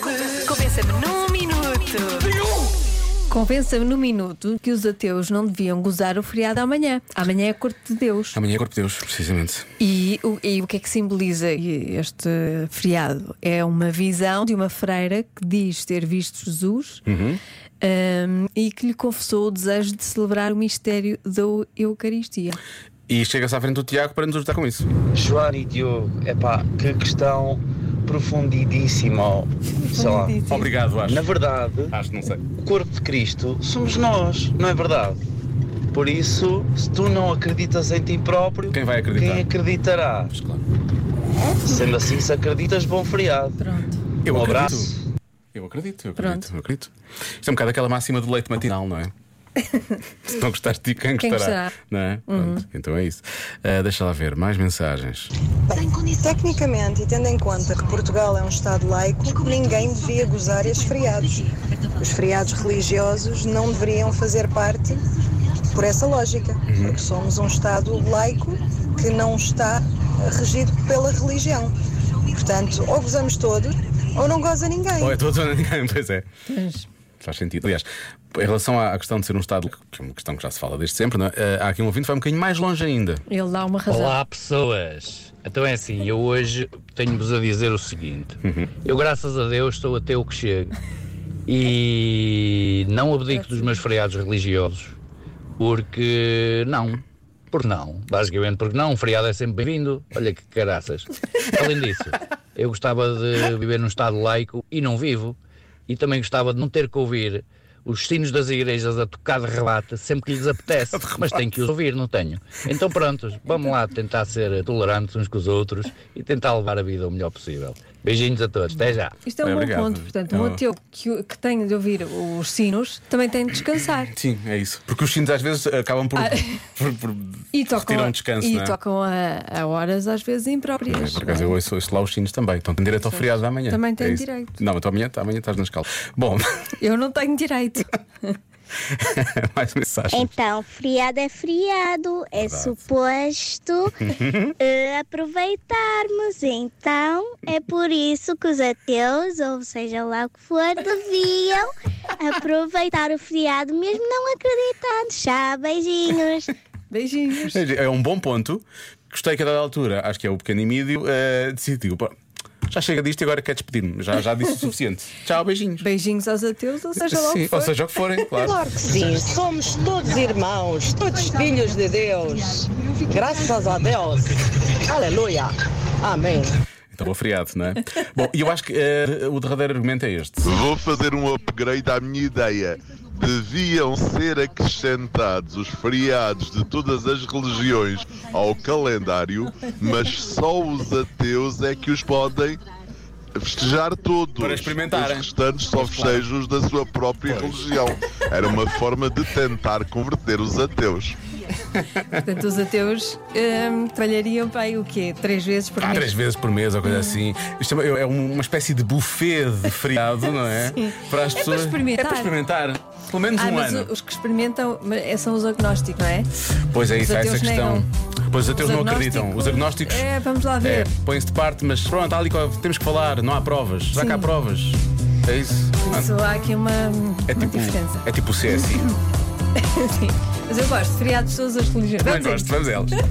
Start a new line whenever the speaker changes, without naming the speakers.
Convença-me num minuto.
Convença-me no minuto que os ateus não deviam gozar o feriado amanhã. Amanhã é a corte de Deus.
Amanhã é corpo de Deus, precisamente.
E o, e o que é que simboliza este feriado? É uma visão de uma freira que diz ter visto Jesus hum, e que lhe confessou o desejo de celebrar o mistério da Eucaristia.
E chega-se à frente do Tiago para nos ajudar com isso.
João e Diogo, epá, que questão profundidíssima. Sei lá.
Obrigado, acho.
Na verdade,
Acho, não sei.
o corpo de Cristo somos nós, não é verdade? Por isso, se tu não acreditas em ti próprio,
Quem vai acreditar?
Quem acreditará?
Mas claro.
Sendo assim, se acreditas, bom feriado.
Pronto.
Eu
Um
acredito.
abraço.
Eu acredito, eu
Pronto.
acredito, eu acredito. Isto é um bocado aquela máxima do leite matinal, não é? Se não gostaste de ti, quem
Quem
gostará?
gostará. Uhum.
Não é? Pronto, então é isso. Ah, deixa lá ver, mais mensagens.
Tecnicamente, e tendo em conta que Portugal é um Estado laico, ninguém devia gozar estes feriados. Os feriados religiosos não deveriam fazer parte por essa lógica, porque somos um Estado laico que não está regido pela religião. Portanto, ou gozamos todos, ou não goza ninguém.
Ou é todos ou ninguém, pois é.
Mas
Faz sentido. Aliás, em relação à à questão de ser um Estado, que é uma questão que já se fala desde sempre, não é? Ah, há aqui um ouvinte que vai um bocadinho mais longe ainda.
ele dá uma razão.
Olá pessoas! Então é assim, eu hoje tenho-vos a dizer o seguinte: eu, graças a Deus, sou até o que chego e não abdico dos meus feriados religiosos porque não. Porque não, basicamente porque não, um feriado é sempre bem-vindo. Olha que caraças. Além disso, eu gostava de viver num estado laico e não vivo. E também gostava de não ter que ouvir os sinos das igrejas a tocar de rebate sempre que lhes apetece. Mas tenho que os ouvir, não tenho. Então prontos, vamos lá tentar ser tolerantes uns com os outros e tentar levar a vida o melhor possível. Beijinhos a todos, até já.
Isto é um
Bem,
bom
obrigado.
ponto, portanto, um
É um-
ateu que, que tem de ouvir os sinos também tem de descansar.
Sim, é isso. Porque os sinos às vezes acabam por,
Ah.
por, por
E tocam,
retirar
a-
um descanso.
e
não é?
tocam a, a horas às vezes impróprias.
É, por acaso eu
não é?
ouço, ouço lá os sinos também. Estão têm direito ao feriado da manhã.
Também têm
É isso.
direito.
Não, mas tu amanhã, amanhã estás na escala. Bom,
eu não tenho direito.
mais mensagem.
Então, feriado é feriado, é suposto eh, aproveitarmos. Então, é por isso que os ateus, ou seja lá o que for, deviam aproveitar o feriado, mesmo não acreditando. Tchau, beijinhos.
Beijinhos.
É um bom ponto. Gostei que a dada altura, acho que é o pequeno Emílio, eh, decidiu. pá, já chega disto e agora quer despedir-me. Já, já disse o suficiente. Tchau, beijinhos.
Beijinhos aos ateus, ou seja lá o que
Sim,
for.
ou seja o que forem, claro.
Claro que sim, somos todos irmãos, todos filhos de Deus. Graças a Deus. Aleluia. Amém.
Então, bom feriado, não é? Bom, e eu acho que eh, o derradeiro argumento é este.
Vou fazer um upgrade à minha ideia. Deviam ser acrescentados os feriados de todas as religiões ao calendário, mas só os ateus é que os podem festejar todos.
Para experimentarem.
Os restantes só festejam os da sua própria religião. Era uma forma de tentar converter os ateus.
Portanto, os ateus hum, trabalhariam bem o quê? Três vezes por
Ah,
mês.
três vezes por mês ou coisa assim. Isto é, é uma espécie de buffet de feriado, não é?
Sim.
Para as
É para
pessoas.
experimentar.
É para experimentar. Pelo menos
Ah,
um
mas
ano.
o- os que experimentam mas, é, são os agnósticos, não é?
Pois é,
Os
isso há essa
ateus
questão.
negam.
Pois os ateus
Os
não acreditam. Os agnósticos.
É, vamos lá
É,
ver.
põem-se de parte, mas pronto, há ali qual- temos que falar, não há provas. Já que há
Sim.
provas. É isso.
Por Isso há aqui uma,
É
uma
tipo,
diferença.
é tipo o CSI.
Sim. Mas eu gosto, de feriados de todas as religiões.
Também
Vamos a
gosto,
isso.
vamos a elas.